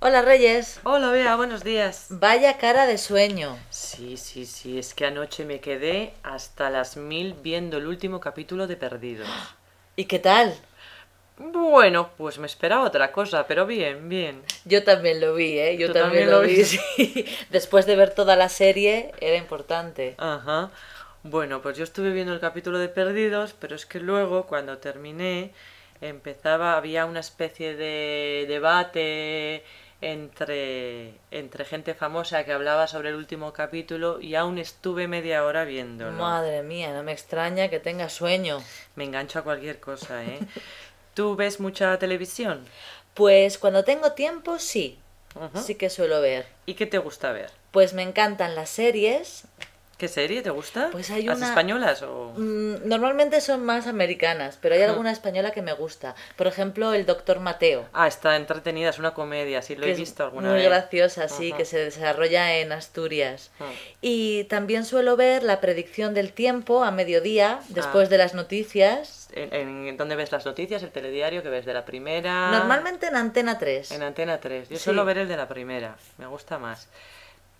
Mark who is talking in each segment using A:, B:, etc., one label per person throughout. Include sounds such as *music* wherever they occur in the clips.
A: Hola Reyes.
B: Hola Bea, buenos días.
A: Vaya cara de sueño.
B: Sí, sí, sí, es que anoche me quedé hasta las mil viendo el último capítulo de Perdidos.
A: ¿Y qué tal?
B: Bueno, pues me esperaba otra cosa, pero bien, bien.
A: Yo también lo vi, ¿eh? Yo
B: Tú
A: también,
B: también
A: lo
B: lo
A: vi.
B: viste.
A: *laughs* sí. Después de ver toda la serie era importante.
B: Ajá. Bueno, pues yo estuve viendo el capítulo de Perdidos, pero es que luego, cuando terminé, empezaba, había una especie de debate entre, entre gente famosa que hablaba sobre el último capítulo y aún estuve media hora viéndolo.
A: Madre mía, no me extraña que tenga sueño.
B: Me engancho a cualquier cosa,
A: *laughs*
B: ¿eh? ¿Tú ves mucha televisión?
A: Pues cuando tengo tiempo sí,
B: Ujú.
A: sí que suelo ver.
B: ¿Y qué te gusta ver?
A: Pues me encantan las series.
B: ¿Qué serie te gusta?
A: Pues hay
B: ¿Las
A: una-
B: españolas o...?
A: Mm, Normalmente son más americanas, pero hay
B: Ujú.
A: alguna española que me gusta. Por ejemplo, El Doctor Mateo.
B: Ah, está entretenida, es una comedia, sí, lo
A: que
B: he
A: es
B: visto alguna
A: muy
B: vez.
A: graciosa, sí,
B: Ajá.
A: que se desarrolla en Asturias.
B: Ah.
A: Y también suelo ver la predicción del tiempo a mediodía, después
B: Ah.
A: de las noticias.
B: ¿En, en dónde ves las noticias? ¿El telediario que ves de la primera?
A: Normalmente en Antena 3.
B: Ah. En Antena 3. Yo
A: Sí.
B: suelo ver el de la primera, me gusta más.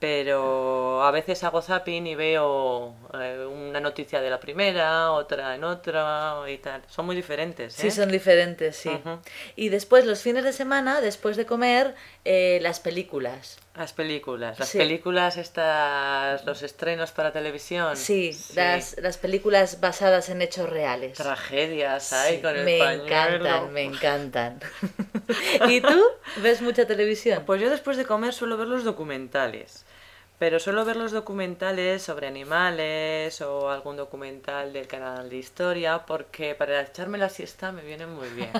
B: Pero a veces hago zapping y veo eh, una noticia de la primera, otra en otra y tal. Son muy diferentes,
A: Sí,
B: ¿eh?
A: son diferentes, sí.
B: Ujú.
A: Y después, los fines de semana, después de comer, eh, las películas.
B: Las películas, las
A: Sí.
B: películas estas, los estrenos para televisión.
A: Sí,
B: Sí.
A: Las, las películas basadas en hechos reales.
B: Tragedias hay
A: Sí,
B: con el
A: me
B: pañuelo.
A: encantan, me
B: *laughs*
A: encantan. ¿Y tú? ¿Ves mucha televisión?
B: Pues yo después de comer suelo ver los documentales. Pero suelo ver los documentales sobre animales o algún documental del canal de historia porque para echarme la siesta me vienen muy bien.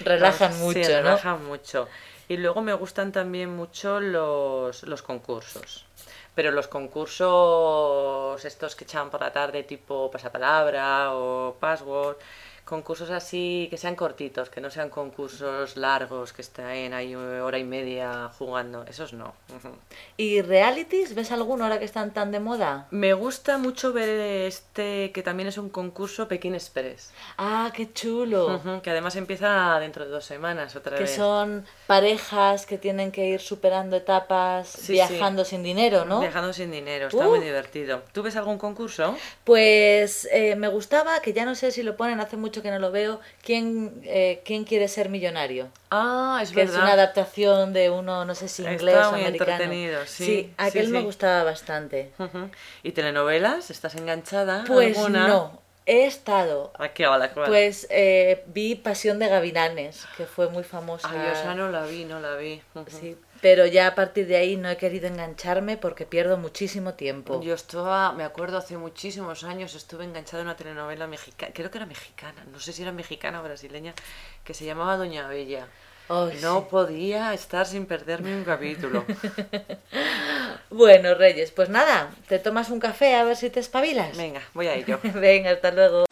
A: relajan
B: Pues, Sí,
A: mucho, ¿no?
B: relajan mucho. Y luego me gustan también mucho los, los concursos. Pero los concursos estos que echan por la tarde tipo pasapalabra o password, concursos así que sean cortitos, que no sean concursos largos que estén ahí hora y media jugando, esos no. Ujú.
A: ¿Y realities? ¿Ves alguno ahora que están tan de moda?
B: Me gusta mucho ver este que también es un concurso Pekín Express,
A: Ah, qué chulo.
B: Ujú, Pues. que además empieza dentro de dos semanas otra
A: Que
B: vez.
A: son parejas que tienen que ir superando etapas
B: Sí,
A: viajando sin dinero, ¿no?
B: Viajando sin dinero, está
A: Uh.
B: muy divertido. ¿Tú ves algún concurso?
A: Pues eh, me gustaba, que ya no sé si lo ponen, hace mucho que no lo veo, ¿Quién, eh, ¿quién quiere ser millonario?
B: Ah, es
A: que es una adaptación de uno, no sé si
B: Está
A: inglés o
B: muy
A: americano.
B: entretenido, sí, sí,
A: aquel me
B: sí.
A: gustaba bastante.
B: Ujú. ¿Y telenovelas? ¿Estás enganchada? a
A: Pues
B: alguna?
A: no, he estado.
B: ¿A qué hora? ¿Cuál?
A: Pues eh, vi Pasión de Gavilanes, que fue muy famosa.
B: Ay, o sea, no la vi, no la vi. Ujú.
A: Sí, pero ya a partir de ahí no he querido engancharme porque pierdo muchísimo tiempo.
B: Yo estaba, me acuerdo hace muchísimos años, estuve enganchada a una telenovela mexicana, creo que era mexicana, no sé si era mexicana o brasileña, que se llamaba Doña Bella.
A: Ay,
B: No podía estar sin perderme
A: *laughs*
B: un capítulo.
A: sí. Bueno, Reyes, pues nada, te tomas un café a ver si te espabilas.
B: Venga, voy a ello.
A: *laughs* Venga hasta luego.